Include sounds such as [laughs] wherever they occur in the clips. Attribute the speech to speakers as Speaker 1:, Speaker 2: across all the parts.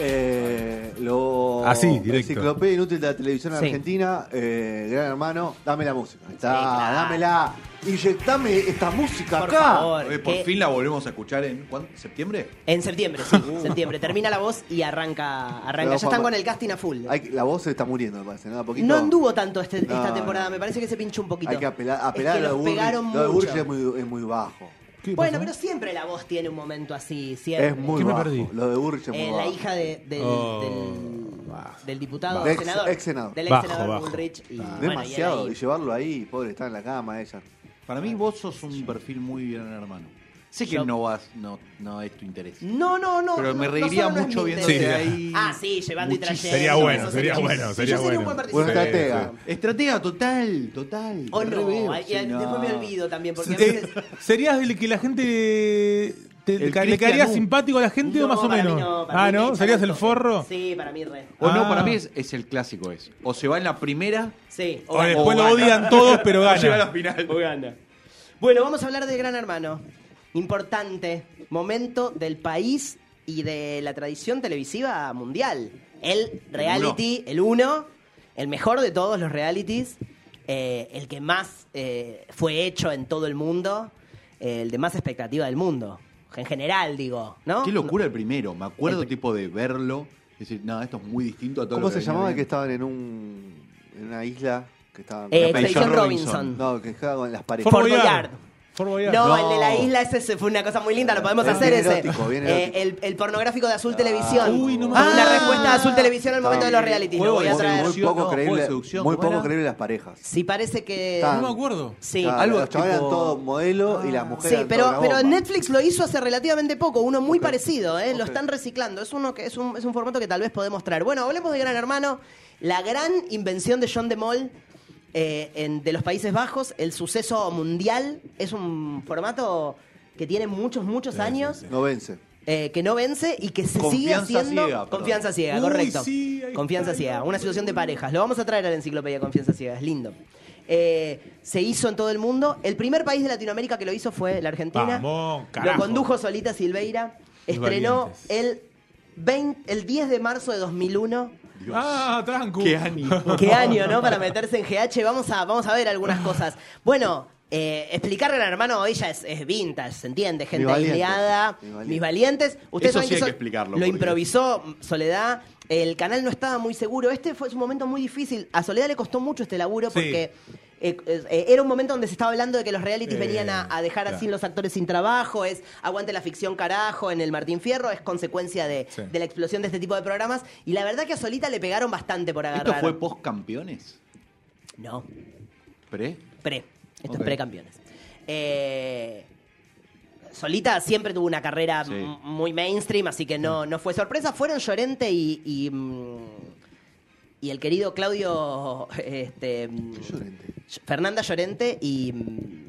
Speaker 1: Eh, lo
Speaker 2: Así,
Speaker 1: la
Speaker 2: Ah, directo.
Speaker 1: Enciclopedia Inútil de la Televisión
Speaker 3: Sí.
Speaker 1: Argentina, eh, gran hermano, dame la música. Ahí Está,
Speaker 3: Sí, claro.
Speaker 1: dámela, inyectame esta música
Speaker 3: Por
Speaker 1: acá.
Speaker 3: favor.
Speaker 4: Oye, por
Speaker 3: que-
Speaker 4: fin la volvemos a escuchar en ¿cuándo? septiembre.
Speaker 3: En septiembre, sí, septiembre. Termina la voz y arranca.
Speaker 1: Pero,
Speaker 3: arranca. Ya
Speaker 1: Juanma,
Speaker 3: están con el casting a full.
Speaker 1: hay que- la voz se está muriendo, me parece, ¿no? A poquito.
Speaker 3: No anduvo tanto este-
Speaker 1: No,
Speaker 3: esta temporada,
Speaker 1: no.
Speaker 3: me parece que se pinchó un poquito.
Speaker 1: Hay que apelar,
Speaker 3: Es
Speaker 1: apelar
Speaker 3: que
Speaker 1: a lo
Speaker 3: los
Speaker 1: de Burri.
Speaker 3: pegaron
Speaker 1: Lo de
Speaker 3: mucho.
Speaker 1: Burri es muy, es muy bajo.
Speaker 2: ¿Qué
Speaker 3: Bueno, pero
Speaker 2: pasó?
Speaker 3: siempre la voz tiene un momento así, siempre.
Speaker 1: Es muy
Speaker 2: ¿Qué me
Speaker 1: bajo.
Speaker 2: perdí?
Speaker 1: Lo de Burri es muy
Speaker 3: Eh,
Speaker 1: bajo.
Speaker 3: la hija de- del,
Speaker 2: Oh,
Speaker 3: del- del diputado,
Speaker 1: Del ex-
Speaker 3: senador,
Speaker 1: ex senador. Ah.
Speaker 3: Del ex
Speaker 2: Bajo,
Speaker 3: senador
Speaker 2: bajo.
Speaker 3: Bullrich. Y, bueno, y él
Speaker 1: Demasiado. y,
Speaker 3: ahí.
Speaker 1: llevarlo ahí, pobre, está en la cama ella.
Speaker 4: Para mí vos sos un perfil muy bien hermano. Sé que
Speaker 3: Yo-
Speaker 4: no vas, no, no es tu interés.
Speaker 3: No, no, no.
Speaker 4: Pero
Speaker 3: no,
Speaker 4: me
Speaker 3: no
Speaker 4: reiría
Speaker 3: solo no es
Speaker 4: mucho
Speaker 3: mi
Speaker 4: viéndote
Speaker 3: interés.
Speaker 2: Sí.
Speaker 4: ahí.
Speaker 3: Ah, sí, llevando y trayendo.
Speaker 4: Muchísimo.
Speaker 2: Sería bueno,
Speaker 3: eso
Speaker 2: sería
Speaker 3: un-
Speaker 2: bueno,
Speaker 3: sí,
Speaker 2: sería
Speaker 3: yo sería un
Speaker 2: bueno.
Speaker 3: buen
Speaker 1: Buen
Speaker 3: participante.
Speaker 2: Sí,
Speaker 1: estratega.
Speaker 4: Estratega total, total.
Speaker 3: O
Speaker 4: Re veo,
Speaker 3: no, y- y
Speaker 4: sí, no.
Speaker 3: después me olvido también, porque a
Speaker 2: Eh,
Speaker 3: veces...
Speaker 2: ¿Serías del que la gente te,
Speaker 4: El
Speaker 2: le caería
Speaker 4: Cristian U.
Speaker 2: simpático a la gente o
Speaker 3: No,
Speaker 2: más o
Speaker 3: para mí
Speaker 2: menos?
Speaker 3: no, para
Speaker 2: ah,
Speaker 3: mí
Speaker 2: ¿no?
Speaker 3: me
Speaker 2: ¿Serías el
Speaker 3: echaron
Speaker 2: forro?
Speaker 3: todo. Sí Sí, para mí re.
Speaker 4: O no,
Speaker 2: Ah.
Speaker 4: para mí es, es el clásico es. O se va en la primera
Speaker 3: Sí,
Speaker 2: O
Speaker 3: gana.
Speaker 2: después lo
Speaker 4: gana.
Speaker 2: odian todos, pero
Speaker 4: o llega a la
Speaker 2: gana.
Speaker 4: final.
Speaker 3: O gana. Bueno, vamos a hablar de Gran Hermano. Importante momento del país y de la tradición televisiva mundial. El reality, el uno, el mejor de todos los realities, eh, el que más eh, fue hecho en todo el mundo, eh, el de más expectativa del mundo. En general, digo, ¿no?
Speaker 4: Qué locura el primero. Me acuerdo
Speaker 3: El pri-
Speaker 4: tipo de verlo. Decir, no, esto es muy distinto a todo
Speaker 1: Este- ¿Cómo
Speaker 4: lo que
Speaker 1: se llamaba el que
Speaker 4: venía
Speaker 1: estaban en un en una isla? Que estaban
Speaker 3: Eh,
Speaker 4: Expedición
Speaker 3: Expedición
Speaker 4: Robinson.
Speaker 3: Robinson.
Speaker 1: No, que estaban en las paredes.
Speaker 3: Fort
Speaker 1: [laughs]
Speaker 2: Fort
Speaker 3: Boyard.
Speaker 2: Boyard. Fort Boyard.
Speaker 3: No,
Speaker 1: No.
Speaker 3: el de la isla ese se- fue una cosa muy linda, lo podemos
Speaker 1: Es
Speaker 3: hacer
Speaker 1: bien
Speaker 3: ese.
Speaker 1: erótico, bien
Speaker 3: Eh,
Speaker 1: erótico. Ah,
Speaker 3: el, el pornográfico de Azul Televisión.
Speaker 2: Uy, no me
Speaker 3: Con una
Speaker 4: acuerdo.
Speaker 3: respuesta de Azul Televisión al momento de los reality. Lo
Speaker 4: Juego
Speaker 3: voy a
Speaker 4: de
Speaker 3: traer.
Speaker 1: muy
Speaker 4: seducción,
Speaker 1: poco
Speaker 4: no, juego de
Speaker 1: creíble,
Speaker 4: seducción,
Speaker 1: muy
Speaker 4: ¿cómo
Speaker 1: poco
Speaker 4: era?
Speaker 1: creíble las parejas.
Speaker 3: Sí, parece que.
Speaker 1: Tan-
Speaker 2: No me acuerdo.
Speaker 3: Sí.
Speaker 1: Claro,
Speaker 4: Algo
Speaker 1: los chavales eran
Speaker 4: tipo-
Speaker 1: todos modelos y las
Speaker 3: Sí,
Speaker 1: mujeres. eran todas
Speaker 3: pero,
Speaker 1: una
Speaker 3: pero
Speaker 1: bomba.
Speaker 3: Netflix lo hizo hace relativamente poco, uno muy parecido, ¿eh? lo
Speaker 1: Ok.
Speaker 3: están reciclando. Es uno que es un, es un formato que tal vez podemos traer. Bueno, hablemos de Gran Hermano, la gran invención de John de Mol eh, en- de los Países Bajos, el suceso mundial. Es un formato que tiene muchos, muchos años.
Speaker 1: No vence.
Speaker 3: eh, que no vence y que se sigue
Speaker 4: Confianza
Speaker 3: haciendo
Speaker 4: ciega, perdón.
Speaker 3: confianza ciega,
Speaker 2: Uy,
Speaker 3: correcto.
Speaker 2: sí, ahí
Speaker 3: confianza
Speaker 2: está,
Speaker 3: ciega,
Speaker 2: no,
Speaker 3: una situación de parejas. Lo vamos a traer a la enciclopedia Confianza ciega, es lindo. Eh, se hizo en todo el mundo. El primer país de Latinoamérica que lo hizo fue la Argentina.
Speaker 2: Vamos,
Speaker 3: lo
Speaker 2: carajo.
Speaker 3: condujo Solita Silveira.
Speaker 2: Los
Speaker 3: Estrenó
Speaker 2: valientes.
Speaker 3: el, 20 el 10 de marzo de 2001.
Speaker 2: Ah, tranco.
Speaker 4: Qué
Speaker 2: [laughs]
Speaker 4: año.
Speaker 3: [laughs] Qué año, ¿no? Para meterse en GH. Vamos a, vamos a ver algunas cosas. Bueno, eh, explicar Gran Hermano hoy ya es, es vintage, ¿se entiende? Gente
Speaker 1: Mis valientes,
Speaker 3: aislada,
Speaker 1: mis valientes.
Speaker 3: mis valientes. Ustedes
Speaker 4: Eso
Speaker 3: saben
Speaker 4: sí hay
Speaker 3: eso
Speaker 4: que explicarlo,
Speaker 3: Lo
Speaker 4: porque-
Speaker 3: improvisó Soledad. El canal no estaba muy seguro. Este fue un momento muy difícil. A Soledad le costó mucho este laburo
Speaker 2: Sí.
Speaker 3: porque eh, eh, era un momento donde se estaba hablando de que los realities
Speaker 2: Eh,
Speaker 3: venían a, a dejar así
Speaker 2: claro.
Speaker 3: los actores sin trabajo. Es aguante la ficción carajo en el Martín Fierro. Es consecuencia de,
Speaker 2: Sí.
Speaker 3: de la explosión de este tipo de programas. Y la verdad que a Solita le pegaron bastante por agarrar.
Speaker 4: ¿Esto fue post campeones?
Speaker 3: No,
Speaker 4: ¿Pre?
Speaker 3: pre. Esto
Speaker 4: Ok.
Speaker 3: es pre-campeones. Eh, Solita siempre tuvo una carrera
Speaker 4: Sí.
Speaker 3: m- muy mainstream, así que no, no fue sorpresa. Fueron Llorente y, y, mm, y el querido Claudio este, mm,
Speaker 1: Llorente.
Speaker 3: Ll- Fernanda Llorente y... mm,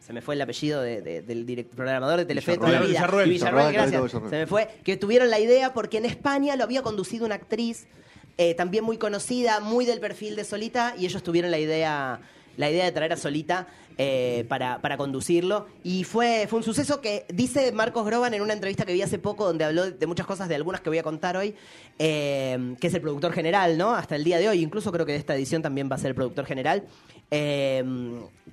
Speaker 3: Se me fue el apellido de- de- del director, programador de Telefe toda la
Speaker 2: Villarroel.
Speaker 3: vida.
Speaker 2: Villarroel.
Speaker 3: Y
Speaker 1: Villarroel,
Speaker 3: gracias.
Speaker 1: Claudio Villarroel.
Speaker 3: Se me fue. Que tuvieron la idea porque en España lo había conducido una actriz eh, también muy conocida, muy del perfil de Solita, y ellos tuvieron la idea, la idea de traer a Solita eh, para, para conducirlo. Y fue, fue un suceso que dice Marcos Groban en una entrevista que vi hace poco, donde habló de muchas cosas, de algunas que voy a contar hoy, eh, que es el productor general, ¿no? Hasta el día de hoy, incluso creo que de esta edición también va a ser el productor general. eh,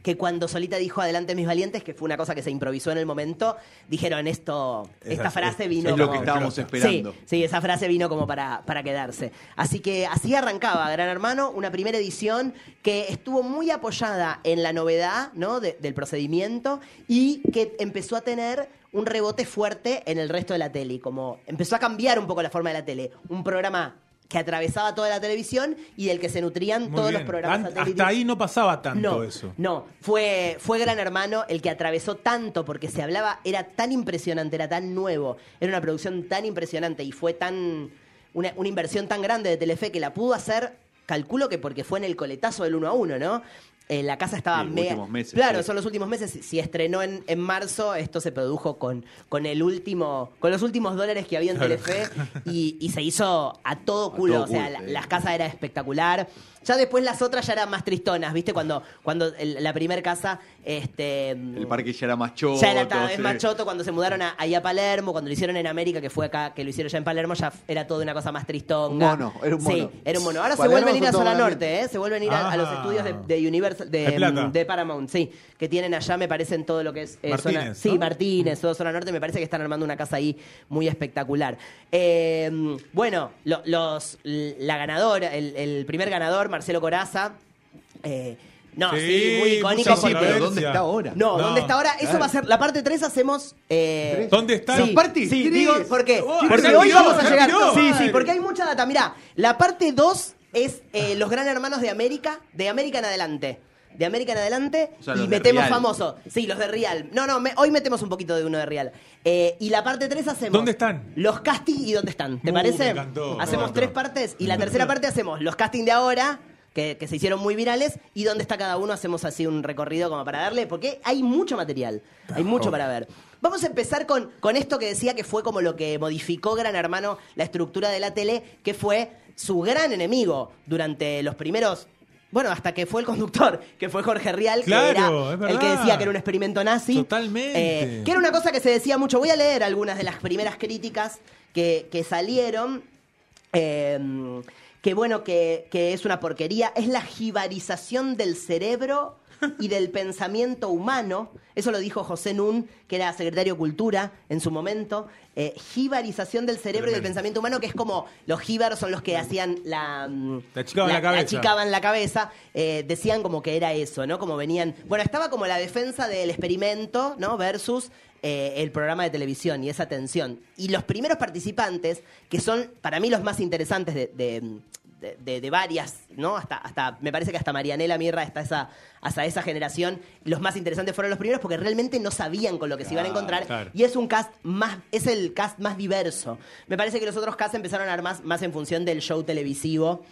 Speaker 3: que cuando Solita dijo adelante mis valientes, que fue una cosa que se improvisó en el momento, dijeron esto,
Speaker 2: Es
Speaker 3: esta
Speaker 2: así,
Speaker 3: frase
Speaker 2: es-
Speaker 3: vino.
Speaker 4: es lo
Speaker 3: como-
Speaker 4: que estábamos
Speaker 2: Sí,
Speaker 4: esperando.
Speaker 3: Sí, sí, esa frase vino como para, para quedarse. Así que así arrancaba Gran Hermano, una primera edición que estuvo muy apoyada en la novedad ¿no? de- del procedimiento y que empezó a tener un rebote fuerte en el resto de la tele. Como empezó a cambiar un poco la forma de la tele. Un programa que atravesaba toda la televisión y del que se nutrían
Speaker 2: Muy
Speaker 3: todos
Speaker 2: bien.
Speaker 3: los programas
Speaker 2: Tan-
Speaker 3: satélites.
Speaker 2: hasta ahí no pasaba tanto
Speaker 3: no,
Speaker 2: eso.
Speaker 3: No, fue, fue Gran Hermano el que atravesó tanto porque se hablaba, era tan impresionante, era tan nuevo, era una producción tan impresionante y fue tan. una, una inversión tan grande de Telefe que la pudo hacer, calculo que porque fue en el coletazo del 1 a 1, ¿no? Eh, la casa estaba
Speaker 4: Sí,
Speaker 3: mea-
Speaker 4: últimos meses,
Speaker 3: Claro,
Speaker 4: sí.
Speaker 3: son los últimos meses. Si- Si estrenó en, en marzo, esto se produjo con, con el último, con los últimos dólares que había en
Speaker 2: Claro.
Speaker 3: Telefe y, y se hizo a todo
Speaker 4: A
Speaker 3: culo.
Speaker 4: todo
Speaker 3: o sea,
Speaker 4: culo,
Speaker 3: la-
Speaker 4: sí.
Speaker 3: las casas era espectacular. Ya después las otras ya eran más tristonas, ¿viste? Cuando, cuando el- la primer casa, este.
Speaker 4: El parque ya era más choto.
Speaker 3: Ya era cada vez
Speaker 4: sí.
Speaker 3: más choto cuando se mudaron a, ahí a Palermo, cuando lo hicieron en América, que fue acá, que lo hicieron ya en Palermo, ya f- era toda una cosa más tristonga.
Speaker 1: Un mono, era un mono.
Speaker 3: Sí, era un mono. Ahora
Speaker 1: Palermo
Speaker 3: se vuelven a ir a
Speaker 1: son
Speaker 3: Zona
Speaker 1: todos
Speaker 3: Norte, ¿eh? Se vuelven a ir a, a los
Speaker 2: Ah.
Speaker 3: estudios de, de Universal,
Speaker 2: Hay plata.
Speaker 3: de, de Paramount, sí. Que tienen allá, me parece, en todo lo que es eh,
Speaker 2: Martínez,
Speaker 3: Zona...
Speaker 2: ¿no?
Speaker 3: Sí, Martínez, todo Zona Norte, me parece que están armando una casa ahí muy espectacular. Eh, bueno, lo- los, la ganadora, el, el primer ganador, Marcelo Coraza. eh, no, sí, muy
Speaker 2: mucha
Speaker 3: icónico.
Speaker 4: Sí, pero
Speaker 3: porque-
Speaker 2: controversia.
Speaker 4: ¿dónde está ahora?
Speaker 3: no,
Speaker 2: No,
Speaker 3: ¿dónde está ahora? Eso
Speaker 1: claro.
Speaker 3: va a ser. La parte 3 hacemos. eh,
Speaker 2: ¿Dónde está?
Speaker 3: Sí,
Speaker 2: el-
Speaker 4: parte
Speaker 3: sí,
Speaker 4: tres.
Speaker 3: digo, ¿por qué?
Speaker 2: Oh,
Speaker 3: porque
Speaker 2: ya
Speaker 3: hoy
Speaker 2: tiró,
Speaker 3: vamos a
Speaker 2: ya
Speaker 3: llegar.
Speaker 2: tiró.
Speaker 3: Sí, sí,
Speaker 2: Madre.
Speaker 3: porque hay mucha data. Mirá, la parte 2 es eh, los gran hermanos de América, de América en adelante. De América en adelante
Speaker 4: O sea,
Speaker 3: y
Speaker 4: los de
Speaker 3: metemos
Speaker 4: Real.
Speaker 3: famoso. Sí, los de Real. No, no, me- hoy metemos un poquito de uno de Real. Eh, y la parte 3 hacemos.
Speaker 2: ¿Dónde están?
Speaker 3: Los casting y dónde están. ¿Te
Speaker 2: Uh,
Speaker 3: parece?
Speaker 2: me encantó, me
Speaker 3: hacemos
Speaker 2: encantó.
Speaker 3: tres partes y la tercera parte hacemos los casting de ahora. Que, que se hicieron muy virales y dónde está cada uno hacemos así un recorrido como para darle, porque hay mucho material, hay mucho para ver. Vamos a empezar con, con esto que decía que fue como lo que modificó Gran Hermano la estructura de la tele, que fue su gran enemigo durante los primeros, bueno, hasta que fue el conductor, que fue Jorge Rial,
Speaker 2: Claro, es
Speaker 3: que era
Speaker 2: verdad.
Speaker 3: el que decía que era un experimento nazi.
Speaker 2: Totalmente.
Speaker 3: Eh, que era una cosa que se decía mucho. Voy a leer algunas de las primeras críticas que, que salieron. Eh, que bueno, que, que es una porquería. Es la jibarización del cerebro y
Speaker 2: [laughs]
Speaker 3: del pensamiento humano. Eso lo dijo José Nun, que era secretario de Cultura en su momento. Eh, jibarización del cerebro y del
Speaker 2: Tremendo.
Speaker 3: pensamiento humano, que es como los jíbaros son los que hacían la. mm,
Speaker 2: Te achicaban la cabeza.
Speaker 3: achicaban la cabeza, eh, decían como que era eso, ¿no? Como venían. Bueno, estaba como la defensa del experimento, ¿no? Versus eh, el programa de televisión y esa tensión. Y los primeros participantes, que son para mí los más interesantes de. de- de- de- de varias, ¿no? Hasta, hasta, me parece que hasta Marianela Mirra, hasta esa, hasta esa generación, los más interesantes fueron los primeros porque realmente no sabían con lo que se iban a encontrar.
Speaker 2: claro.
Speaker 3: Y es un cast más, es el cast más diverso. Me parece que los otros casts empezaron a armar más, más en función del show televisivo.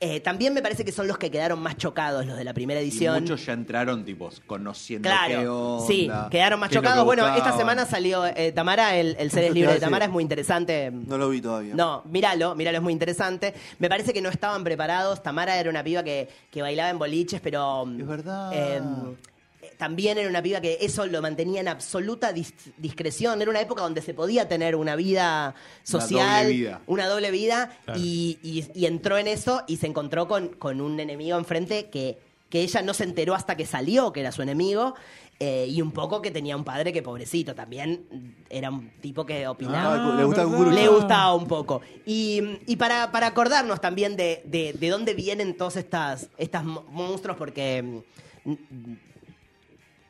Speaker 3: Eh, también me parece que son los que quedaron más chocados, los de la primera
Speaker 4: Y
Speaker 3: edición.
Speaker 4: muchos ya entraron, tipos, conociendo qué
Speaker 3: Claro,
Speaker 4: onda,
Speaker 3: sí, quedaron más
Speaker 4: qué es lo que
Speaker 3: chocados. Bueno, esta
Speaker 4: buscaban.
Speaker 3: semana salió eh, Tamara, el, el Seres
Speaker 1: Eso te
Speaker 3: Libre
Speaker 1: iba a
Speaker 3: de Tamara,
Speaker 1: decir.
Speaker 3: es muy interesante.
Speaker 1: No lo vi todavía.
Speaker 3: No, míralo, míralo, es muy interesante. Me parece que no estaban preparados. Tamara era una piba que, que bailaba en boliches, pero. mm,
Speaker 4: Es verdad.
Speaker 3: em, eh, también era una piba que eso lo mantenía en absoluta dis- discreción. Era una época donde se podía tener una vida social,
Speaker 4: doble vida.
Speaker 3: una doble vida,
Speaker 2: Claro.
Speaker 3: y, y- y entró en eso y se encontró con, con un enemigo enfrente que, que ella no se enteró hasta que salió, que era su enemigo, eh, y un poco que tenía un padre que pobrecito también era un tipo que opinaba
Speaker 1: Ah, le gusta
Speaker 2: verdad.
Speaker 1: Guru.
Speaker 3: le gustaba un poco. Y, y para, para acordarnos también de, de- de dónde vienen todos estas, estas mo- monstruos, porque mm, mm,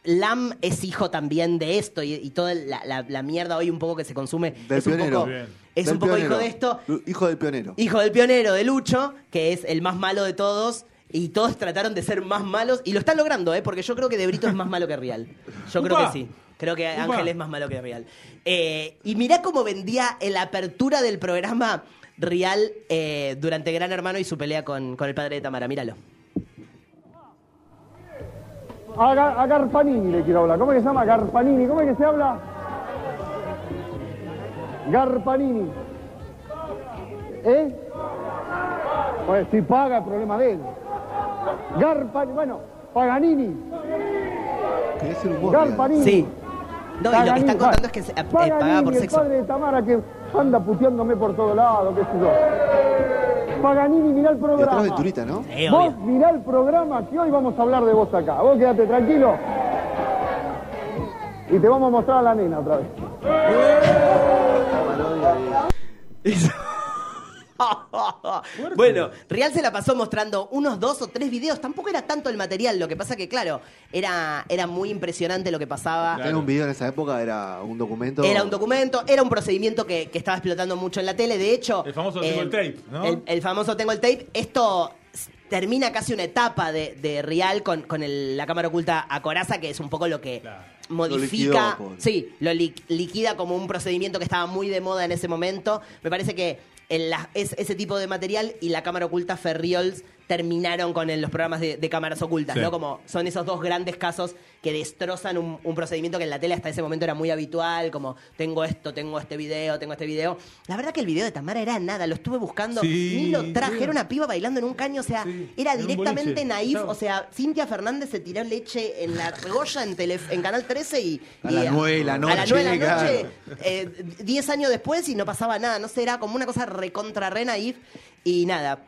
Speaker 3: Lam es hijo también de esto y, y toda la, la- la mierda hoy un poco que se consume
Speaker 1: Del
Speaker 3: es un
Speaker 1: pionero.
Speaker 3: poco,
Speaker 2: Bien.
Speaker 3: es
Speaker 1: Del
Speaker 3: un poco hijo
Speaker 1: pionero.
Speaker 3: de esto.
Speaker 1: Hijo del pionero.
Speaker 3: Hijo del pionero, de Lucho, que es el más malo de todos. Y todos trataron de ser más malos. Y lo están logrando, ¿eh? Porque yo creo que De Brito es más malo que Real. Yo creo
Speaker 2: Upa.
Speaker 3: que sí. Creo que
Speaker 2: Upa.
Speaker 3: Ángel es más malo que Real. Eh, y mirá cómo vendía en la apertura del programa Real eh, durante Gran Hermano y su pelea con, con el padre de Tamara. Míralo.
Speaker 5: A, Ga- a Garpanini le quiero hablar. ¿Cómo es que se llama? Garpanini. ¿Cómo es que se habla? Garpanini. ¿Eh? Pues si paga el problema de él. Garpanini. Bueno, Paganini.
Speaker 1: Que es el humor.
Speaker 5: Garpanini.
Speaker 3: Sí. No, y lo que
Speaker 5: Paganini,
Speaker 3: están contando es que se eh,
Speaker 5: Paganini,
Speaker 3: pagaba por
Speaker 5: el
Speaker 3: sexo.
Speaker 5: padre de Tamara que anda puteándome por todos lados, qué sé yo. Paganini, mirá el
Speaker 1: Y atrás
Speaker 5: programa.
Speaker 1: Venturita, ¿no?
Speaker 3: Eh,
Speaker 5: Vos
Speaker 3: obvio.
Speaker 5: mirá el programa que hoy vamos a hablar de vos acá. Vos quédate tranquilo. Y te vamos a mostrar a
Speaker 3: [laughs]
Speaker 5: la nena otra vez.
Speaker 3: bueno, Real se la pasó mostrando unos dos o tres videos. Tampoco era tanto el material, lo que pasa que, claro, era, era muy impresionante lo que pasaba.
Speaker 1: Tener un video en esa época era un documento.
Speaker 3: Era un documento, era un procedimiento que, que estaba explotando mucho en la tele. De hecho,
Speaker 2: El famoso tengo el tape, ¿no?
Speaker 3: El, el famoso tengo el tape. Esto s- termina casi una etapa de, de Real con, con el- la cámara oculta a Coraza, que es un poco lo que
Speaker 2: Claro.
Speaker 3: modifica.
Speaker 1: Lo liquidó, pobre.
Speaker 3: sí, lo li- liquida como un procedimiento que estaba muy de moda en ese momento. Me parece que en la- es- ese tipo de material y la cámara oculta Ferriols terminaron con el- los programas de, de cámaras ocultas,
Speaker 2: Sí.
Speaker 3: ¿no? Como son esos dos grandes casos que destrozan un, un procedimiento que en la tele hasta ese momento era muy habitual, como tengo esto, tengo este video, tengo este video. La verdad que el video de Tamara era nada, lo estuve buscando,
Speaker 2: Sí,
Speaker 3: ni lo traje,
Speaker 2: sí.
Speaker 3: era una piba bailando en un caño, o sea,
Speaker 2: Sí,
Speaker 3: era
Speaker 2: en un
Speaker 3: directamente
Speaker 2: boliche.
Speaker 3: naif,
Speaker 2: Estaba.
Speaker 3: o sea, Cintia Fernández se tiró leche en la argolla en, tele- en Canal 13 y...
Speaker 1: A
Speaker 3: y
Speaker 1: las nueve de la
Speaker 3: A las
Speaker 1: noche,
Speaker 3: 9 de la noche,
Speaker 1: claro.
Speaker 3: eh, 10 años después y no pasaba nada, no sé, era como una cosa recontra re naif y nada.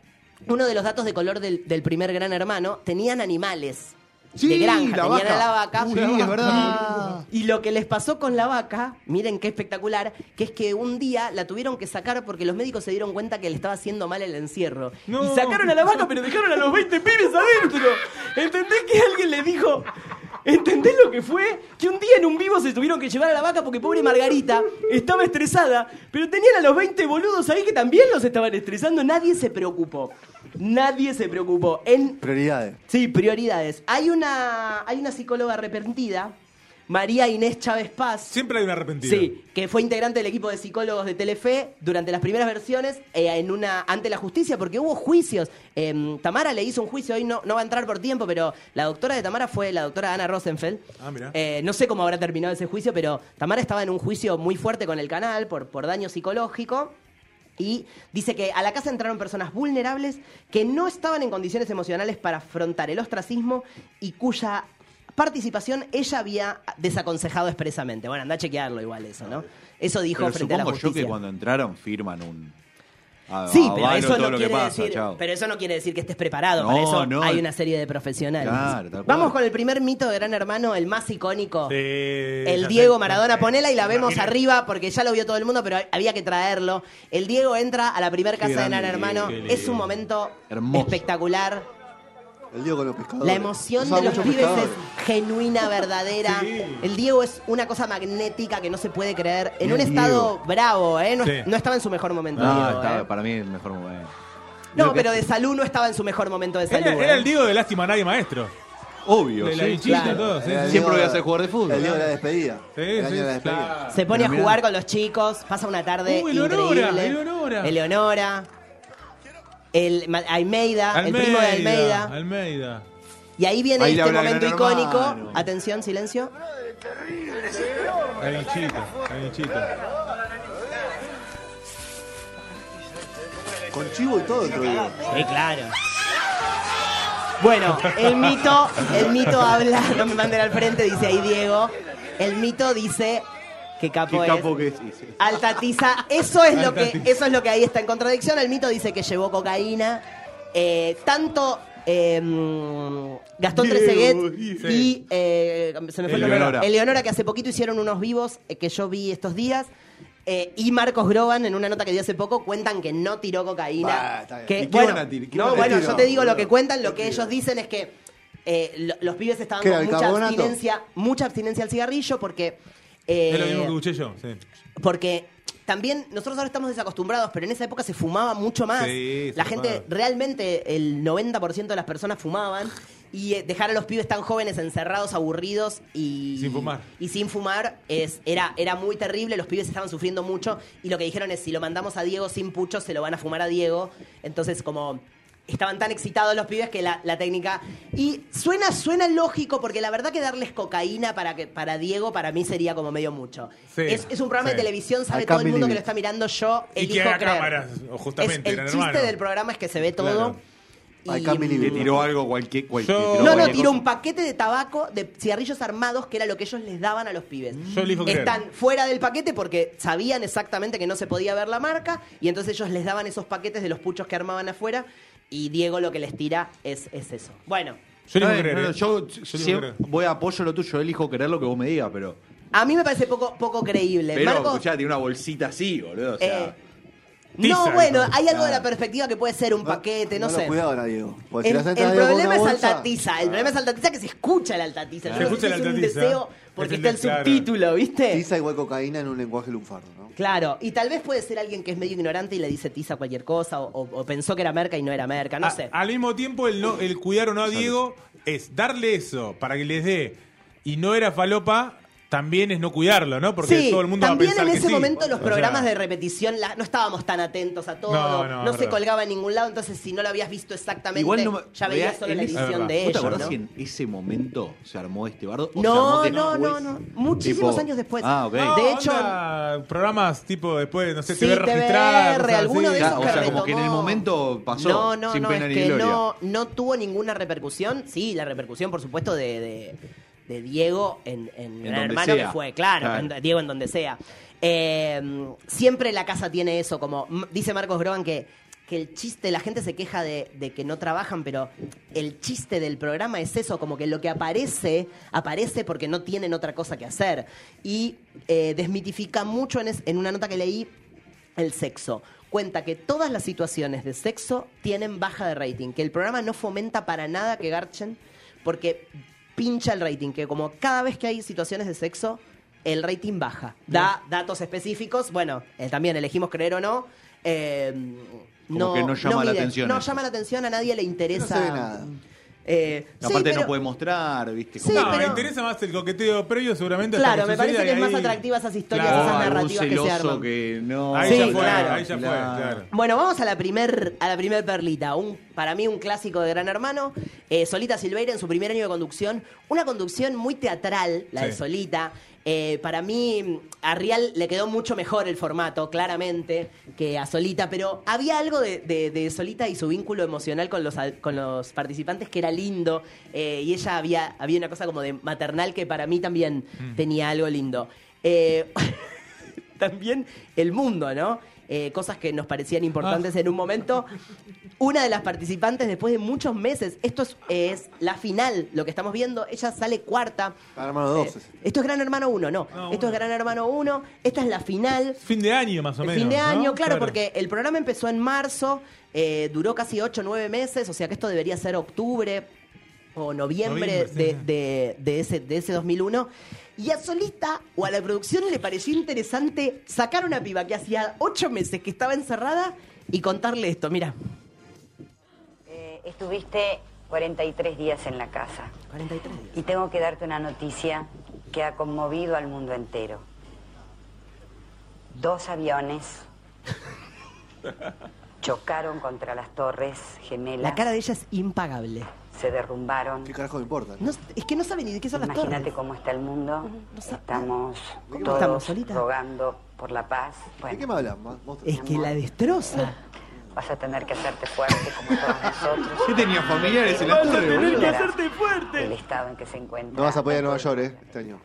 Speaker 3: Uno de los datos de color del, del primer gran hermano, tenían animales
Speaker 1: Sí,
Speaker 3: de granja,
Speaker 1: la
Speaker 3: tenían
Speaker 1: vaca.
Speaker 3: a la vaca.
Speaker 1: Uy, sí, es verdad.
Speaker 3: Y lo que les pasó con la vaca, miren qué espectacular, que es que un día la tuvieron que sacar porque los médicos se dieron cuenta que le estaba haciendo mal el encierro.
Speaker 2: No.
Speaker 3: Y sacaron a la vaca, pero dejaron a los 20 pibes adentro. ¿Entendés que alguien les dijo? ¿Entendés lo que fue? Que un día en un vivo se tuvieron que llevar a la vaca porque pobre Margarita estaba estresada, pero tenían a los 20 boludos ahí que también los estaban estresando. Nadie se preocupó. Nadie se preocupó. En
Speaker 1: Prioridades.
Speaker 3: Sí, prioridades. Hay una, hay una psicóloga arrepentida, María Inés Chávez Paz.
Speaker 2: Siempre hay un arrepentido.
Speaker 3: Sí, que fue integrante del equipo de psicólogos de Telefe durante las primeras versiones eh, en una ante la justicia porque hubo juicios. Eh, Tamara le hizo un juicio, hoy no, no va a entrar por tiempo, pero la doctora de Tamara fue la doctora Ana Rosenfeld.
Speaker 2: Ah, mirá.
Speaker 3: Eh, no sé cómo habrá terminado ese juicio, pero Tamara estaba en un juicio muy fuerte con el canal por, por daño psicológico. Y dice que a la casa entraron personas vulnerables que no estaban en condiciones emocionales para afrontar el ostracismo y cuya participación ella había desaconsejado expresamente. Bueno, anda a chequearlo igual eso, ¿no? Eso dijo
Speaker 4: Pero
Speaker 3: frente a la
Speaker 4: supongo yo
Speaker 3: justicia.
Speaker 4: que cuando entraron firman un. a-
Speaker 3: Sí,
Speaker 4: avalo
Speaker 3: pero eso,
Speaker 4: todo
Speaker 3: no
Speaker 4: lo que
Speaker 3: quiere
Speaker 4: pasa,
Speaker 3: decir,
Speaker 4: chao.
Speaker 3: pero eso no quiere decir que estés preparado.
Speaker 4: No,
Speaker 3: Para eso
Speaker 4: no.
Speaker 3: hay una serie de profesionales.
Speaker 4: Claro, tal cual.
Speaker 3: Vamos con el primer mito de Gran Hermano, el más icónico.
Speaker 2: Sí,
Speaker 3: El
Speaker 2: Eh, ya
Speaker 3: Diego
Speaker 2: sé.
Speaker 3: Maradona, ponela y la
Speaker 2: Me
Speaker 3: vemos
Speaker 2: imaginé.
Speaker 3: arriba porque ya lo vio todo el mundo, pero había que traerlo. El Diego entra a la primera
Speaker 4: Qué
Speaker 3: casa de Gran
Speaker 4: grande,
Speaker 3: Hermano.
Speaker 4: qué lindo.
Speaker 3: Es un momento
Speaker 4: Hermoso.
Speaker 3: espectacular.
Speaker 1: El Diego con los pescadores.
Speaker 3: La emoción
Speaker 1: Usaba
Speaker 3: de los
Speaker 1: muchos
Speaker 3: pibes es
Speaker 1: pescadores.
Speaker 2: [laughs]
Speaker 3: genuina, verdadera.
Speaker 2: Sí.
Speaker 3: El Diego es una cosa magnética que no se puede creer. En un
Speaker 1: Bien,
Speaker 3: estado bravo, ¿eh? No,
Speaker 2: Sí.
Speaker 3: no estaba en su mejor momento.
Speaker 4: No,
Speaker 3: Diego,
Speaker 4: Ah, estaba-
Speaker 3: ¿eh?
Speaker 4: para mí es el mejor momento.
Speaker 3: No,
Speaker 4: Creo que-
Speaker 3: pero de salud no estaba en su mejor momento de salud.
Speaker 2: Era, era
Speaker 3: ¿eh?
Speaker 2: el Diego de Lástima a Nadie Maestro.
Speaker 4: Obvio,
Speaker 2: De la
Speaker 4: sí.
Speaker 2: hinchita,
Speaker 3: Claro.
Speaker 2: todo. sí,
Speaker 1: Era el
Speaker 2: sí.
Speaker 1: Diego-
Speaker 4: Siempre voy a ser jugador de fútbol.
Speaker 1: El Diego de la despedida.
Speaker 2: Sí,
Speaker 1: el año
Speaker 2: sí,
Speaker 1: de la despedida.
Speaker 2: claro.
Speaker 3: Se pone a
Speaker 4: Pero mirá.
Speaker 3: jugar con los chicos, pasa una tarde
Speaker 2: Uh, Eleonora,
Speaker 3: increíble.
Speaker 2: Eleonora.
Speaker 3: Eleonora. El Ma- Almeida, Ah, el primo de Almeida.
Speaker 2: Almeida.
Speaker 3: Y ahí viene
Speaker 4: Ahí le
Speaker 3: este
Speaker 4: habla
Speaker 3: momento
Speaker 4: Gran
Speaker 3: icónico.
Speaker 4: Hermano.
Speaker 3: Atención, silencio.
Speaker 2: La hinchita, la hinchita.
Speaker 1: Con chivo y todo dentro Diego.
Speaker 3: Sí, claro. Bueno, el mito, el mito habla, [laughs] no me manden al frente, dice ahí Diego. El mito dice que
Speaker 4: Qué
Speaker 3: capo es.
Speaker 4: capo que es. sí, sí.
Speaker 3: Alta tiza, eso es lo
Speaker 2: Alta
Speaker 3: que
Speaker 2: tiza.
Speaker 3: eso es lo que ahí está en contradicción. El mito dice que llevó cocaína. Eh, tanto eh, mm, Gastón
Speaker 2: Diego,
Speaker 3: Trezeguet
Speaker 2: Diego.
Speaker 3: y eh, se me fue el nombre.
Speaker 4: Eleonora.
Speaker 3: Eleonora, que hace poquito hicieron unos vivos eh, que yo vi estos días. eh, y Marcos Groban, en una nota que dio hace poco, cuentan que no tiró
Speaker 1: Bah,
Speaker 3: cocaína.
Speaker 1: está bien.
Speaker 3: que,
Speaker 4: ¿Y qué
Speaker 3: bueno,
Speaker 4: van a tirar? ¿Qué
Speaker 3: no,
Speaker 4: van a
Speaker 3: bueno,
Speaker 1: tirar?
Speaker 3: yo te digo lo que
Speaker 1: Boludo.
Speaker 3: cuentan, lo que ellos dicen es que eh, lo- los pibes estaban
Speaker 1: ¿Qué
Speaker 3: con
Speaker 1: era, el
Speaker 3: mucha
Speaker 1: carbonato?
Speaker 3: abstinencia, mucha abstinencia al cigarrillo porque. eh,
Speaker 2: Es lo mismo que escuché yo. Sí.
Speaker 3: porque también nosotros ahora estamos desacostumbrados, pero en esa época se fumaba mucho más.
Speaker 2: Sí, se
Speaker 3: la gente,
Speaker 2: fumaba.
Speaker 3: realmente el 90% de las personas fumaban. Y eh, dejar a los pibes tan jóvenes encerrados, aburridos y.
Speaker 2: Sin fumar.
Speaker 3: Y sin fumar es, era, era muy terrible. Los pibes estaban sufriendo mucho. Y lo que dijeron es: si lo mandamos a Diego sin pucho, se lo van a fumar a Diego. Entonces, como. Estaban tan excitados los pibes que la, la técnica. Y suena, suena lógico, porque la verdad que darles cocaína para, que, para Diego, para mí sería como medio mucho.
Speaker 2: Sí,
Speaker 3: es, es un programa
Speaker 2: sí.
Speaker 3: de televisión, sabe
Speaker 1: I
Speaker 3: todo
Speaker 1: can't
Speaker 3: el mundo
Speaker 1: believe
Speaker 3: que
Speaker 1: it.
Speaker 3: lo está mirando. Yo
Speaker 2: Y
Speaker 3: elijo
Speaker 2: que haga
Speaker 3: creer.
Speaker 2: cámaras, o justamente,
Speaker 3: Es- el
Speaker 2: gran
Speaker 3: chiste
Speaker 2: hermano.
Speaker 3: del programa es que se ve todo.
Speaker 2: Claro.
Speaker 3: y-
Speaker 1: I can't believe it.
Speaker 4: Le tiró algo cualquier. cualquier
Speaker 2: Yo-
Speaker 4: tiró
Speaker 3: No, no,
Speaker 4: cualquier
Speaker 3: tiró
Speaker 4: cosa.
Speaker 3: un paquete de tabaco, de cigarrillos armados, que era lo que ellos les daban a los pibes.
Speaker 2: Yo elijo creer.
Speaker 3: Están fuera del paquete porque sabían exactamente que no se podía ver la marca y entonces ellos les daban esos paquetes de los puchos que armaban afuera y Diego lo que les tira es, es eso. Bueno,
Speaker 2: Yo le
Speaker 4: No,
Speaker 2: digo
Speaker 4: eh,
Speaker 2: creer.
Speaker 4: no, no,
Speaker 2: eh.
Speaker 4: yo
Speaker 2: Yo elijo
Speaker 4: siempre
Speaker 2: creer.
Speaker 4: voy a apoyo lo tuyo, elijo creer lo que vos me digas, pero.
Speaker 3: a mí me parece poco, poco creíble.
Speaker 4: Pero,
Speaker 3: Marcos,
Speaker 4: escuchá, tiene una bolsita así, boludo. O sea,
Speaker 3: Eh,
Speaker 2: tiza,
Speaker 3: No, bueno,
Speaker 2: entonces.
Speaker 3: hay algo de la perspectiva que puede ser un paquete, no,
Speaker 4: lo
Speaker 3: sé.
Speaker 4: cuidé ahora, Diego. Porque
Speaker 3: El,
Speaker 4: Pues si las
Speaker 3: el
Speaker 4: entras, Diego, con
Speaker 3: problema
Speaker 4: una
Speaker 3: es
Speaker 4: bolsa-
Speaker 3: altatiza. El problema es altatiza que se escucha el altatiza. Yo
Speaker 4: Se
Speaker 3: creo que
Speaker 2: escucha
Speaker 3: ese
Speaker 2: el
Speaker 3: es un
Speaker 2: Altatiza.
Speaker 3: deseo porque
Speaker 2: Es el
Speaker 3: está
Speaker 2: de-
Speaker 3: el
Speaker 2: claro.
Speaker 3: subtítulo, ¿viste?
Speaker 4: Tiza igual cocaína en un lenguaje lunfardo, ¿no?
Speaker 3: Claro, y tal vez puede ser alguien que es medio ignorante y le dice tiza cualquier cosa, o, o- o pensó que era merca y no era merca, no
Speaker 2: A-
Speaker 3: sé.
Speaker 2: al mismo tiempo, el, no- el cuidar o no a Diego es darle eso para que les dé y no era falopa, también es no cuidarlo, ¿no? Porque
Speaker 3: sí,
Speaker 2: todo el mundo va a
Speaker 3: también
Speaker 2: pensar
Speaker 3: en
Speaker 2: que
Speaker 3: ese
Speaker 2: sí.
Speaker 3: momento los
Speaker 2: O
Speaker 3: programas
Speaker 2: sea,
Speaker 3: de repetición la- no estábamos tan atentos a todo,
Speaker 2: No,
Speaker 3: no,
Speaker 2: no, es
Speaker 3: se
Speaker 2: verdad.
Speaker 3: colgaba en ningún lado, entonces si no lo habías visto exactamente,
Speaker 4: me-
Speaker 3: ya veías
Speaker 4: vea,
Speaker 3: solo la
Speaker 4: en ese-
Speaker 3: edición
Speaker 2: Es
Speaker 3: de
Speaker 4: ¿Vos te
Speaker 3: ellos,
Speaker 4: acordás
Speaker 3: ¿no?
Speaker 4: si en ese momento se armó este bardo? ¿O se armó
Speaker 3: No,
Speaker 4: de-
Speaker 3: no, no,
Speaker 4: después?
Speaker 3: no. Muchísimos
Speaker 4: Tipo-
Speaker 3: años después.
Speaker 4: Ah, ok.
Speaker 2: no,
Speaker 3: de hecho-
Speaker 2: onda, programas tipo después, no sé,
Speaker 3: Sí,
Speaker 2: TV
Speaker 3: TVR,
Speaker 2: registrada. cosas
Speaker 3: alguno
Speaker 2: así.
Speaker 3: de
Speaker 4: Claro,
Speaker 3: esos
Speaker 4: o
Speaker 3: que
Speaker 4: sea, como que en el
Speaker 3: retomó.
Speaker 4: momento pasó,
Speaker 3: No, no,
Speaker 4: sin
Speaker 3: no,
Speaker 4: pena ni
Speaker 3: es que
Speaker 4: gloria.
Speaker 3: No, no tuvo ninguna repercusión. Sí, la repercusión, por supuesto, de, de- de Diego en, en
Speaker 4: En
Speaker 3: Gran
Speaker 4: donde
Speaker 3: Hermano,
Speaker 4: sea.
Speaker 3: que fue, claro,
Speaker 4: Claro.
Speaker 3: en- Diego en donde sea. Eh, siempre la casa tiene eso, como m- dice Marcos Groban que, que el chiste, la gente se queja de, de que no trabajan, pero el chiste del programa es eso, como que lo que aparece, aparece porque no tienen otra cosa que hacer. Y eh, desmitifica mucho en, es- en una nota que leí el sexo. Cuenta que todas las situaciones de sexo tienen baja de rating, que el programa no fomenta para nada que garchen porque pincha el rating, que como cada vez que hay situaciones de sexo, el rating baja. Da datos específicos, bueno, eh, también elegimos creer o no. eh,
Speaker 4: Como que no llama la
Speaker 3: mide,
Speaker 4: atención
Speaker 3: No
Speaker 4: eso.
Speaker 3: llama la atención, a nadie le interesa.
Speaker 4: No se ve nada.
Speaker 3: Eh, sí,
Speaker 4: Aparte no
Speaker 3: pero-
Speaker 4: puede mostrar, ¿viste?
Speaker 3: Sí,
Speaker 4: Como
Speaker 2: No,
Speaker 4: que-
Speaker 3: pero-
Speaker 2: me interesa más el coqueteo previo, seguramente. hasta
Speaker 3: Claro, me
Speaker 2: suceda
Speaker 3: parece que
Speaker 2: y
Speaker 3: es más
Speaker 2: ahí-
Speaker 3: atractiva esas historias,
Speaker 2: Claro.
Speaker 3: esas
Speaker 4: Oh, algún
Speaker 3: narrativas que se
Speaker 4: celoso
Speaker 3: arman.
Speaker 4: que no.
Speaker 2: Ahí ya
Speaker 3: Sí,
Speaker 2: fue,
Speaker 3: claro.
Speaker 2: ahí ya fue, claro.
Speaker 3: Bueno, vamos a la primer, a la primer perlita. Un, para mí un clásico de Gran Hermano. Eh, Solita Silveira en su primer año de conducción. Una conducción muy teatral, la de
Speaker 2: Sí.
Speaker 3: Solita. Eh, para mí a Rial le quedó mucho mejor el formato, claramente, que a Solita. Pero había algo de, de- de Solita y su vínculo emocional con los, al- con los participantes que era lindo. Eh, y ella había, había una cosa como de maternal que para mí también tenía algo lindo. Eh, [laughs] también el mundo, ¿no? Eh, cosas que nos parecían importantes en un momento. Una de las participantes, después de muchos meses, esto es, es la final, lo que estamos viendo, ella sale cuarta.
Speaker 1: Ah,
Speaker 4: Gran Hermano dos,
Speaker 3: Eh,
Speaker 4: ese.
Speaker 3: esto es Gran Hermano 1, no.
Speaker 2: No,
Speaker 3: esto
Speaker 2: uno.
Speaker 3: es Gran Hermano 1, esta es la final.
Speaker 2: Fin de año, más o
Speaker 3: El
Speaker 2: menos.
Speaker 3: fin de
Speaker 2: ¿no?
Speaker 3: año, claro, porque el programa empezó en marzo, eh, duró casi 8 o 9 meses, o sea que esto debería ser octubre o noviembre,
Speaker 2: Noviembre, sí,
Speaker 3: de,
Speaker 2: sí.
Speaker 3: de- de ese, de ese 2001. Y a Solita o a la producción le pareció interesante sacar una piba que hacía 8 meses que estaba encerrada y contarle esto. Mira,
Speaker 6: Eh, estuviste 43 días en la casa
Speaker 3: 43 días.
Speaker 6: y tengo que darte una noticia que ha conmovido al mundo entero. Dos aviones chocaron contra las torres gemelas,
Speaker 3: La cara de ella es impagable.
Speaker 6: se derrumbaron.
Speaker 4: ¿Qué carajo me importa?
Speaker 3: No- es que no sabe ni de qué son las torres.
Speaker 6: Imagínate cómo está el mundo.
Speaker 3: no sa-
Speaker 6: Estamos
Speaker 3: ¿Cómo
Speaker 6: todos
Speaker 3: estamos, Solita?
Speaker 6: rogando por la paz.
Speaker 4: ¿De qué me
Speaker 6: Bueno,
Speaker 4: hablas? ma- monstruo?
Speaker 3: Es que la destroza.
Speaker 6: vas a tener que hacerte fuerte como todos nosotros.
Speaker 4: ¿Qué tenía familiares en la torre, boludo?
Speaker 6: fuerte. El estado en que se encuentra.
Speaker 4: No vas a poder ir a Nueva York, ¿eh? Este año.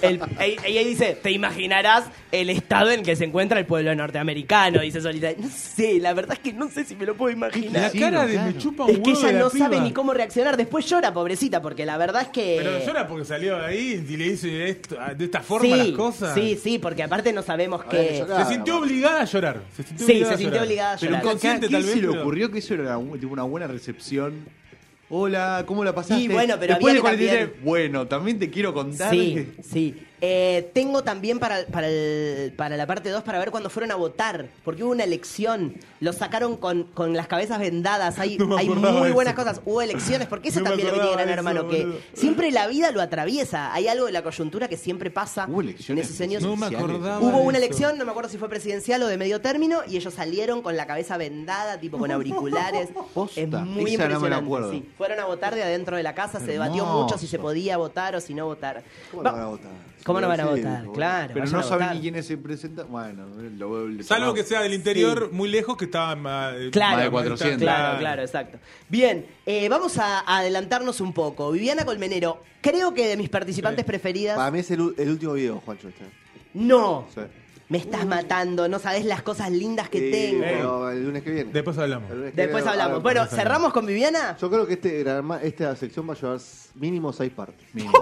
Speaker 3: El- ahí, ahí- ahí dice, te imaginarás el estado en que se encuentra el pueblo norteamericano, dice Solita. No sé, la verdad es que no sé si me lo puedo
Speaker 2: La
Speaker 3: imaginar.
Speaker 4: Sí,
Speaker 2: cara de
Speaker 4: claro.
Speaker 2: me chupa un
Speaker 3: Es que
Speaker 2: huevo
Speaker 3: ella
Speaker 2: de la
Speaker 3: no sabe
Speaker 2: piba.
Speaker 3: ni cómo reaccionar. Después llora, pobrecita, porque la verdad es que...
Speaker 2: Pero llora porque salió de ahí y le dice esto- de esta forma
Speaker 3: sí,
Speaker 2: las cosas.
Speaker 3: Sí, sí, porque aparte no sabemos
Speaker 4: Habrá que
Speaker 3: que...
Speaker 4: llorar.
Speaker 2: Se sintió obligada a llorar. Se sintió
Speaker 3: Sí,
Speaker 2: obligada
Speaker 3: se
Speaker 2: a
Speaker 3: sintió
Speaker 2: llorar.
Speaker 3: obligada a
Speaker 2: Pero
Speaker 3: llorar.
Speaker 2: inconsciente
Speaker 4: ¿Quién
Speaker 2: tal vez.
Speaker 4: se le
Speaker 2: pero-
Speaker 4: ocurrió que eso era un- tipo una buena recepción? Hola, ¿cómo la pasaste?
Speaker 3: Y bueno, pero
Speaker 4: Después
Speaker 3: había
Speaker 4: de
Speaker 3: que también-
Speaker 4: 43, Bueno, también te quiero contar.
Speaker 3: Sí,
Speaker 4: que-
Speaker 3: sí. Eh, tengo también para, para, el- para la parte 2 para ver cuándo fueron a votar, porque hubo una elección. Los sacaron con, con las cabezas vendadas. Hay,
Speaker 2: [laughs] No me
Speaker 3: hay
Speaker 2: acordaba
Speaker 3: muy
Speaker 2: de
Speaker 3: buenas
Speaker 2: eso.
Speaker 3: cosas. Hubo elecciones, porque eso
Speaker 2: No me
Speaker 3: también lo que tiene
Speaker 2: acordaba
Speaker 3: Gran
Speaker 2: de
Speaker 3: Hermano,
Speaker 2: eso,
Speaker 3: que
Speaker 2: boludo.
Speaker 3: siempre la vida lo atraviesa. Hay algo de la coyuntura que siempre pasa
Speaker 4: Hubo
Speaker 3: en
Speaker 4: elecciones.
Speaker 3: esos años.
Speaker 2: No me acordaba.
Speaker 4: Ah,
Speaker 3: Hubo
Speaker 2: de
Speaker 3: una
Speaker 2: eso.
Speaker 3: elección, no me acuerdo si fue presidencial o de medio término, y ellos salieron con la cabeza vendada, tipo con auriculares.
Speaker 4: [laughs] Posta,
Speaker 3: es muy
Speaker 4: esa no me la
Speaker 3: impresionante.
Speaker 4: acuerdo.
Speaker 3: sí. Fueron a votar de adentro de la casa, se debatió
Speaker 4: Hermoso.
Speaker 3: mucho si se podía votar o si no votar.
Speaker 4: ¿Cómo
Speaker 3: Va-
Speaker 4: no van a votar?
Speaker 3: ¿Cómo no van a
Speaker 4: Sí,
Speaker 3: votar?
Speaker 4: boludo.
Speaker 3: Claro,
Speaker 4: Pero
Speaker 3: vayan
Speaker 4: no
Speaker 3: a
Speaker 4: saben
Speaker 3: votar.
Speaker 4: ni quiénes se presentan. Bueno, eh, lo, lo-
Speaker 2: Salvo que sea del interior,
Speaker 3: Sí.
Speaker 2: muy lejos, que estaba más, eh,
Speaker 3: Claro,
Speaker 4: Más de 400.
Speaker 3: Claro, claro, exacto. Bien, eh, vamos a adelantarnos un poco. Viviana Colmenero, creo que de mis participantes preferidas.
Speaker 4: Para mí es el, u- el último video, Juancho. Este.
Speaker 3: No,
Speaker 4: Sí.
Speaker 3: me estás matando, no sabes las cosas lindas que
Speaker 4: Eh,
Speaker 3: tengo.
Speaker 4: pero el lunes que viene.
Speaker 2: Después hablamos.
Speaker 4: El lunes que
Speaker 3: Después
Speaker 4: viene
Speaker 3: hablamos. Bueno,
Speaker 2: hablamos.
Speaker 3: cerramos con Viviana.
Speaker 2: [laughs]
Speaker 4: Yo creo que este, Gran Herma- esta sección va a llevar mínimo seis partes.
Speaker 1: Mínimo.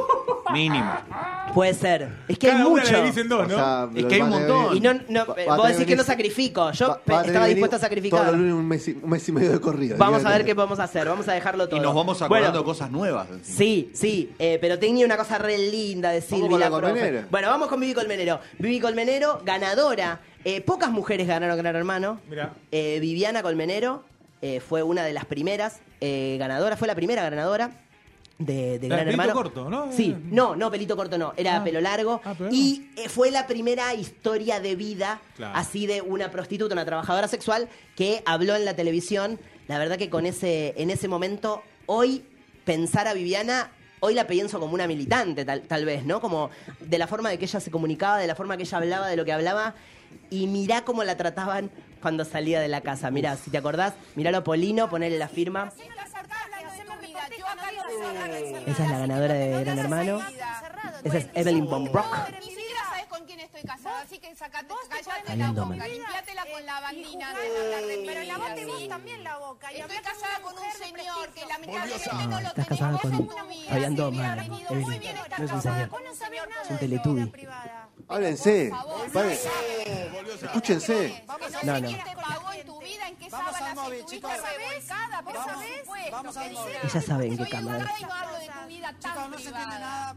Speaker 3: Puede ser. Es que
Speaker 2: Cada
Speaker 3: hay
Speaker 2: una
Speaker 3: mucho.
Speaker 2: le dicen dos,
Speaker 1: O
Speaker 2: ¿no?
Speaker 1: sea,
Speaker 2: Es
Speaker 1: lo
Speaker 2: que hay un
Speaker 1: va a tener
Speaker 2: montón.
Speaker 1: que
Speaker 3: Y
Speaker 1: venir-
Speaker 3: no, no,
Speaker 1: va-
Speaker 3: eh,
Speaker 1: va a
Speaker 3: vos
Speaker 1: tener
Speaker 3: decís que no
Speaker 1: venir-
Speaker 3: sacrifico. Yo
Speaker 1: va-
Speaker 3: pe-
Speaker 1: va a tener
Speaker 3: estaba
Speaker 1: que venir
Speaker 3: dispuesto a
Speaker 1: Todos
Speaker 3: sacrificar.
Speaker 1: los lunes un mes, y- un mes y medio de corrido.
Speaker 3: Vamos a
Speaker 1: olvídate.
Speaker 3: ver qué podemos hacer. Vamos a dejarlo todo.
Speaker 1: Y nos vamos
Speaker 3: Bueno,
Speaker 1: acordando cosas nuevas. encima.
Speaker 3: Sí, sí, eh, pero tenía una cosa re linda de Silvi.
Speaker 1: con la
Speaker 3: la profe.
Speaker 1: Colmenero.
Speaker 3: Bueno, vamos con Vivi Colmenero. Vivi Colmenero, ganadora. Eh, pocas mujeres ganaron Gran Hermano.
Speaker 2: Mirá.
Speaker 3: Eh, Viviana Colmenero eh, fue una de las primeras eh, ganadoras, fue la primera ganadora de, de
Speaker 2: La
Speaker 3: Gran
Speaker 2: de pelito
Speaker 3: Hermano.
Speaker 2: corto, ¿no?
Speaker 3: Sí,
Speaker 2: Eh.
Speaker 3: no, no, pelito corto no, era
Speaker 2: Ah.
Speaker 3: pelo largo.
Speaker 2: Ah, pero
Speaker 3: y eh, fue la primera historia de vida
Speaker 2: Claro.
Speaker 3: así de una prostituta, una trabajadora sexual que habló en la televisión. La verdad que con ese, en ese momento, hoy pensar a Viviana, hoy la pienso como una militante, tal, tal vez, ¿no? Como de la forma de que ella se comunicaba, de la forma que ella hablaba, de lo que hablaba. Y mirá cómo la trataban cuando salía de la casa. Mirá, si te acordás, miralo a Polino, ponerle la firma. Esa es la ganadora de Gran Hermano. Esa es Evelyn von Brock.
Speaker 7: Ni siquiera sabes con quién estoy casada, así que sacate, callate
Speaker 3: Hablando
Speaker 7: la
Speaker 3: mal.
Speaker 7: boca, limpiátela con la bandina. Pero lavate vos también la boca. Estoy casada con un señor que lamentablemente no lo tenés.
Speaker 3: estás casada
Speaker 7: Vos
Speaker 3: con
Speaker 7: en tu vida
Speaker 3: Fabián
Speaker 7: siempre
Speaker 3: Doman,
Speaker 7: habrás tenido
Speaker 3: Evelyn.
Speaker 7: muy bien estar
Speaker 3: No es un
Speaker 7: casada
Speaker 3: señor.
Speaker 7: con un
Speaker 3: Es un
Speaker 7: señor nada de eso.
Speaker 3: teletubi.
Speaker 1: Háblense.
Speaker 7: Por favor,
Speaker 1: paren,
Speaker 7: no sabes.
Speaker 1: Escúchense.
Speaker 7: Que no,
Speaker 3: No,
Speaker 7: sé
Speaker 3: no.
Speaker 7: quién te pagó este en tu vida, en qué sábanas estuviste revolcada, por supuesto. Vamos a
Speaker 3: Ella sabe en qué cámara es.
Speaker 7: No hablo de tu vida tan privada.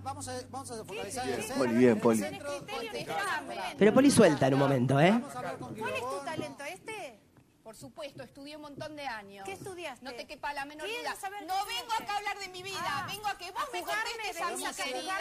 Speaker 1: Poli, bien, Poli.
Speaker 3: Pero Poli suelta en un momento, ¿eh?
Speaker 7: ¿Cuál es tu talento este? Por supuesto, estudié un montón de años. ¿Qué estudiaste? No te quepa la menor duda. No vengo acá a hablar de mi vida, vengo a que vos me contestes a mi querida.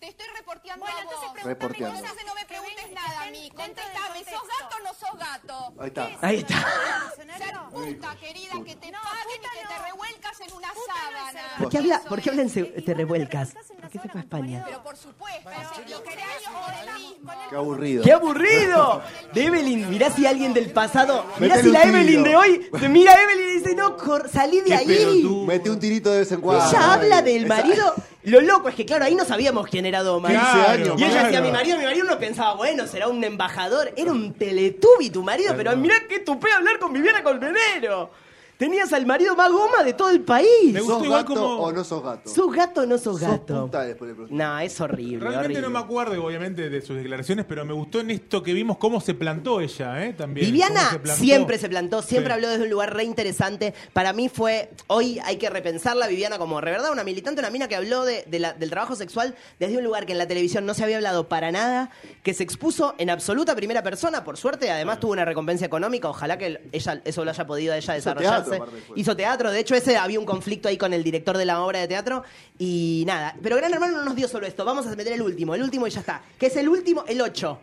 Speaker 7: Te estoy reporteando a vos.
Speaker 1: Reporteando.
Speaker 7: Cosas que no me preguntes nada a mí. Contestame, ¿sos gato o no sos gato?
Speaker 1: Ahí está.
Speaker 3: Ahí está.
Speaker 7: Ser puta, querida, que te paguen y que te revuelcas en una sábana.
Speaker 3: ¿Por qué, habla, ¿por qué hablan se- te revuelcas? ¿Por qué se fue a España?
Speaker 7: Pero por supuesto, si lo querés o del mismo.
Speaker 1: Qué aburrido.
Speaker 3: ¡Qué aburrido! De Evelyn, mirá si alguien del pasado. Mirá
Speaker 1: Métele
Speaker 3: si la
Speaker 1: un
Speaker 3: Evelyn
Speaker 1: tiro.
Speaker 3: de hoy se mira a Evelyn y dice: No, cor- salí de ahí.
Speaker 1: Mete un tirito de vez en cuando.
Speaker 3: Ella habla del
Speaker 1: Esa-
Speaker 3: marido. Lo loco es que, claro, ahí no sabíamos quién era Doma.
Speaker 1: 15 años,
Speaker 3: Y ella
Speaker 1: claro.
Speaker 3: decía, mi marido, mi marido, uno pensaba, bueno, será un embajador. Era un teletubi tu marido, pero mirá qué tupé hablar con Viviana Colmenero. Tenías al marido más goma de todo el país.
Speaker 2: Me gusta.
Speaker 1: ¿Sos
Speaker 2: gustó igual
Speaker 1: gato
Speaker 2: como-
Speaker 1: o no sos gato?
Speaker 3: ¿Sos gato o no sos
Speaker 1: Sos
Speaker 3: gato?
Speaker 1: puta, después le pregunto.
Speaker 3: no, es horrible.
Speaker 2: Realmente
Speaker 3: horrible.
Speaker 2: no me acuerdo, obviamente, de sus declaraciones, pero me gustó en esto que vimos cómo se plantó ella, ¿eh? También.
Speaker 3: Viviana
Speaker 2: cómo plantó.
Speaker 3: siempre se plantó, siempre
Speaker 2: Sí.
Speaker 3: habló desde un lugar re interesante. Para mí fue, hoy hay que repensarla, Viviana, como de verdad una militante, una mina que habló de, de la- del trabajo sexual desde un lugar que en la televisión no se había hablado para nada, que se expuso en absoluta primera persona, por suerte, además tuvo una recompensa económica, ojalá que ella, eso lo haya podido a ella desarrollarse.
Speaker 1: teatro, aparte, después.
Speaker 3: Hizo teatro, de hecho ese había un conflicto ahí con el director de la obra de teatro y nada. Pero Gran Hermano no nos dio solo esto, vamos a meter el último, el último y ya está, que es el último, el 8.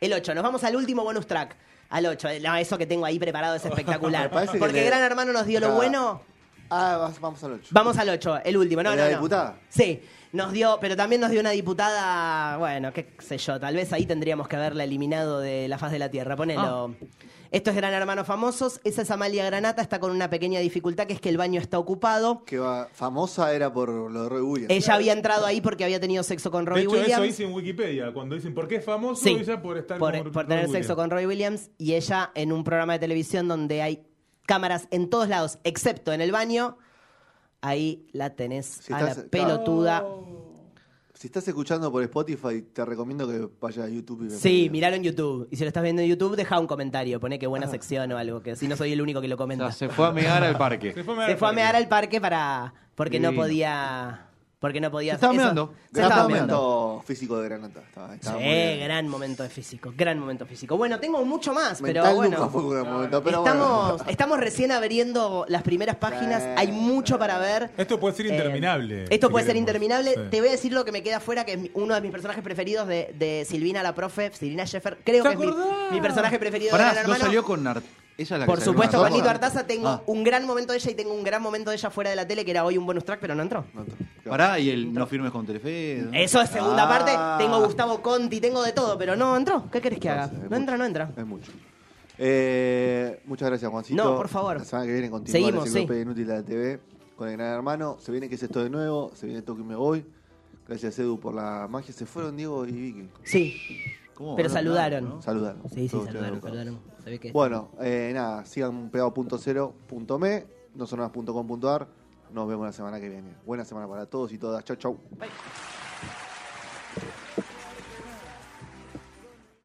Speaker 3: El 8, nos vamos al último bonus track. Al 8, no, eso que tengo ahí preparado
Speaker 1: [laughs]
Speaker 3: es espectacular.
Speaker 1: Me parece que
Speaker 3: Porque
Speaker 1: le-
Speaker 3: Gran Hermano nos dio lo
Speaker 1: Cada-
Speaker 3: bueno,
Speaker 1: Ah, vas- vamos al 8.
Speaker 3: vamos al 8, el último, no,
Speaker 1: ¿La
Speaker 3: no, no.
Speaker 1: diputada?
Speaker 3: Sí, nos dio, pero también nos dio una diputada, bueno, qué sé yo, tal vez ahí tendríamos que haberla eliminado de la faz de la tierra, ponelo.
Speaker 2: Ah.
Speaker 3: Esto es Gran Hermano Famosos, esa es Amalia Granata, está con una pequeña dificultad que es que el baño está ocupado.
Speaker 1: Que va, famosa era por lo de Roy Williams.
Speaker 3: Ella había entrado ahí porque había tenido sexo con
Speaker 2: De
Speaker 3: Robbie
Speaker 2: hecho,
Speaker 3: Williams.
Speaker 2: eso dice en Wikipedia. Cuando dicen por qué es famoso,
Speaker 3: Sí,
Speaker 2: ella por estar
Speaker 3: por,
Speaker 2: con
Speaker 3: por
Speaker 2: Robbie
Speaker 3: tener
Speaker 2: Williams.
Speaker 3: sexo con Roy Williams y ella en un programa de televisión donde hay cámaras en todos lados, excepto en el baño. Ahí la tenés
Speaker 1: Si
Speaker 3: a
Speaker 1: estás-
Speaker 3: la pelotuda.
Speaker 1: Si estás escuchando por Spotify, te recomiendo que vayas a YouTube y veas el
Speaker 3: Sí,
Speaker 1: video.
Speaker 3: miralo en YouTube. Y si lo estás viendo en YouTube, deja un comentario. Pone que buena sección o algo, que si no soy el único que
Speaker 4: [laughs]
Speaker 3: lo
Speaker 4: O sea,
Speaker 3: comenta.
Speaker 4: se fue a mear al parque.
Speaker 2: Se fue a mear
Speaker 3: Se
Speaker 2: al
Speaker 3: fue a
Speaker 2: parque.
Speaker 3: mear al parque para. porque no
Speaker 4: Divino.
Speaker 3: podía. Porque no podía.
Speaker 4: Se estaba
Speaker 3: eso-
Speaker 4: meando.
Speaker 3: Se
Speaker 1: Gran
Speaker 3: estaba
Speaker 1: momento
Speaker 3: meando.
Speaker 1: físico de Granata. Estaba,
Speaker 3: Sí,
Speaker 1: estaba muy bien.
Speaker 3: gran momento de físico, gran momento físico. Bueno, tengo mucho más,
Speaker 1: Mental
Speaker 3: pero bueno.
Speaker 1: nunca fue un gran momento, pero
Speaker 3: estamos,
Speaker 1: bueno.
Speaker 3: estamos recién abriendo las primeras páginas.
Speaker 1: Sí,
Speaker 3: Hay mucho para ver.
Speaker 2: Esto puede ser
Speaker 3: Eh,
Speaker 2: interminable.
Speaker 3: esto
Speaker 2: si
Speaker 3: puede ser
Speaker 2: queremos.
Speaker 3: interminable.
Speaker 2: Sí.
Speaker 3: Te voy a decir lo que me queda fuera, que es mi- uno de mis personajes preferidos de, de Silvina la profe, Silvina Sheffer. Creo
Speaker 2: ¿Te
Speaker 3: que es mi,
Speaker 2: acordás?
Speaker 3: mi personaje preferido
Speaker 4: Pará,
Speaker 3: de Gran
Speaker 4: no
Speaker 3: Hermano.
Speaker 4: salió con Art... Ella es la que
Speaker 3: Por
Speaker 4: salió
Speaker 3: supuesto,
Speaker 4: con
Speaker 1: Artaza.
Speaker 3: Paquito Artaza, tengo
Speaker 4: Ah.
Speaker 3: un gran momento de ella y tengo un gran momento de ella fuera de la tele, que era hoy un bonus track, pero no entró.
Speaker 1: No, no.
Speaker 4: Pará, y el no firmes con Telefe. ¿no?
Speaker 3: Eso es segunda
Speaker 1: Ah.
Speaker 3: parte. Tengo Gustavo Conti, tengo de todo, pero no entró. ¿Qué querés que haga?
Speaker 1: Es
Speaker 3: No
Speaker 1: mucho,
Speaker 3: entra, no entra.
Speaker 1: Es mucho. Eh, muchas gracias, Juancito.
Speaker 3: No, por favor.
Speaker 1: La semana que viene continuamos
Speaker 3: Seguimos,
Speaker 1: la Enciclopedia Inútil de la TV con el Gran Hermano. Se viene que es esto de nuevo. Se viene Toque y Me Voy. Gracias, Edu, por la magia. Se fueron Diego y Vicky.
Speaker 3: Sí.
Speaker 4: ¿Cómo?
Speaker 3: Pero
Speaker 4: No,
Speaker 3: saludaron.
Speaker 4: no.
Speaker 1: Saludaron.
Speaker 3: Sí, sí,
Speaker 1: Todos
Speaker 3: saludaron,
Speaker 1: ustedes educados.
Speaker 3: saludaron. Se ve que-
Speaker 1: Bueno, eh, nada, sigan pegado.0.me, nosonoras.com.ar. Nos vemos la semana que viene. Buena semana para todos y todas. Chau, chau.
Speaker 3: Bye.